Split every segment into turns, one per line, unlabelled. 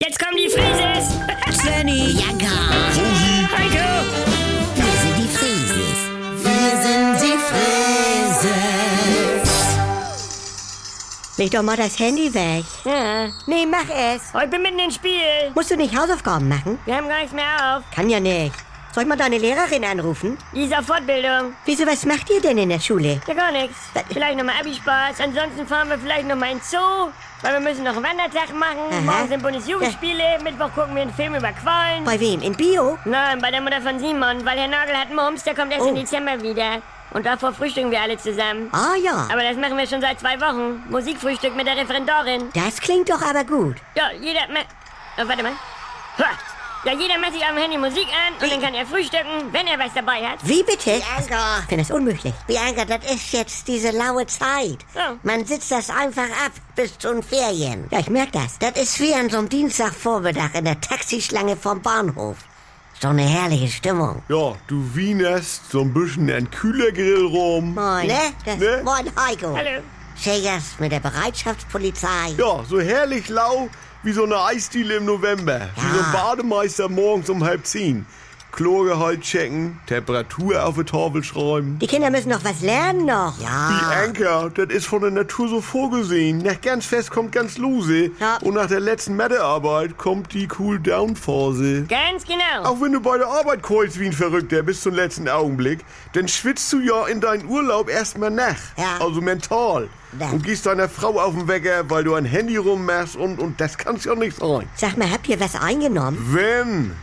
Jetzt kommen die Frises!
Svenny,
Jagger.
Heiko!
Wir sind die Frieses.
wir sind die Frises.
Leg doch mal das Handy weg.
Ja,
Nee, mach es.
ich bin mitten im Spiel.
Musst du nicht Hausaufgaben machen?
Wir haben gar nichts mehr auf.
Kann ja nicht. Soll ich mal deine Lehrerin anrufen?
Die ist auf Fortbildung.
Wieso, was macht ihr denn in der Schule?
Ja, gar nichts. Vielleicht nochmal Abi-Spaß. Ansonsten fahren wir vielleicht nochmal ins Zoo. Weil wir müssen noch einen Wandertag machen.
Aha.
Morgen sind Bundesjugendspiele. Mittwoch gucken wir einen Film über Quallen.
Bei wem? In Bio?
Nein, bei der Mutter von Simon. Weil Herr Nagel hat Mumps. Der kommt erst
Oh.
im Dezember wieder. Und davor frühstücken wir alle zusammen.
Ah ja.
Aber das machen wir schon seit zwei Wochen. Musikfrühstück mit der Referendarin.
Das klingt doch aber gut.
Ja, jeder. Ma oh, warte mal. Ha. Ja, jeder macht sich auf dem Handy Musik an und dann kann er frühstücken, wenn er was dabei hat.
Wie bitte?
Bianca,
Ich finde das unmöglich.
Bianca, das ist jetzt diese laue Zeit.
Ja.
Man sitzt das einfach ab bis zu den Ferien.
Ja, ich merke das.
Das ist wie an so einem Dienstagvormittag in der Taxischlange vom Bahnhof. So eine herrliche Stimmung.
Ja, du wienerst so ein bisschen an Kühlergrill rum.
Moin.
Ne?
Das,
Ne?
Moin, Heiko.
Hallo.
Schägers mit der Bereitschaftspolizei.
Ja, so herrlich lau wie so eine Eisdiele im November. Wie so ein Bademeister morgens um halb zehn. Chlorgehalt checken, Temperatur auf die Tafel schreiben.
Die Kinder müssen noch was lernen noch.
Die
Ja.
Anker, das ist von der Natur so vorgesehen. Nach ganz fest kommt ganz lose.
Ja.
Und nach der letzten Mathearbeit kommt die Cool-Down-Phase.
Ganz genau.
Auch wenn du bei der Arbeit keulst wie ein Verrückter bis zum letzten Augenblick, dann schwitzt du ja in deinen Urlaub erstmal nach.
Ja.
Also mental.
Ja.
Und gehst deiner Frau auf den Wecker, weil du ein Handy rummachst und, und das kann's ja nicht sein.
Sag mal, habt ihr was eingenommen?
Wenn,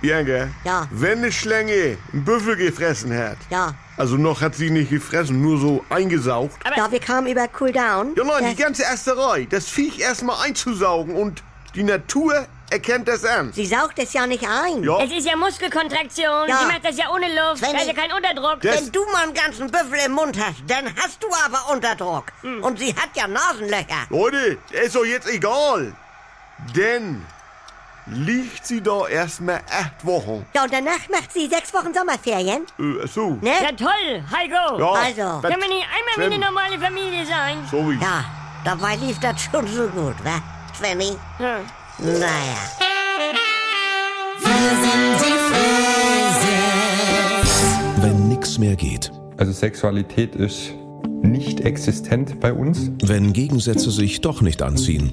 Bianca,
Ja.
wenn eine Schlange einen Büffel gefressen hat,
Ja.
also noch hat sie ihn nicht gefressen, nur so eingesaugt.
Ja, wir kamen über Cooldown.
Ja nein, die
Das-
ganze Ersterei, das Viech erstmal einzusaugen und die Natur erkennt das an.
Sie saugt es ja nicht ein.
Ja.
Es ist ja Muskelkontraktion.
Ja.
Sie macht das ja ohne Luft.
Wenn
da ist ja
ich-
kein Unterdruck.
Das-
Wenn du mal einen ganzen Büffel im Mund hast, dann hast du aber Unterdruck. Und sie hat ja Nasenlöcher.
Leute, ist doch jetzt egal. Denn liegt sie da erstmal acht Wochen.
Ja, und danach macht sie sechs Wochen Sommerferien.
Äh, ach so.
Ne?
ja, toll. Heiko.
Ja,
Also.
was-
Können wir nicht einmal wie
Sven,
eine normale Familie sein?
Sorry.
Ja, dabei lief das schon so gut, wa? Svenny?
Ja.
Naja.
Wenn nix mehr geht.
Also Sexualität ist nicht existent bei uns.
Wenn Gegensätze sich doch nicht anziehen.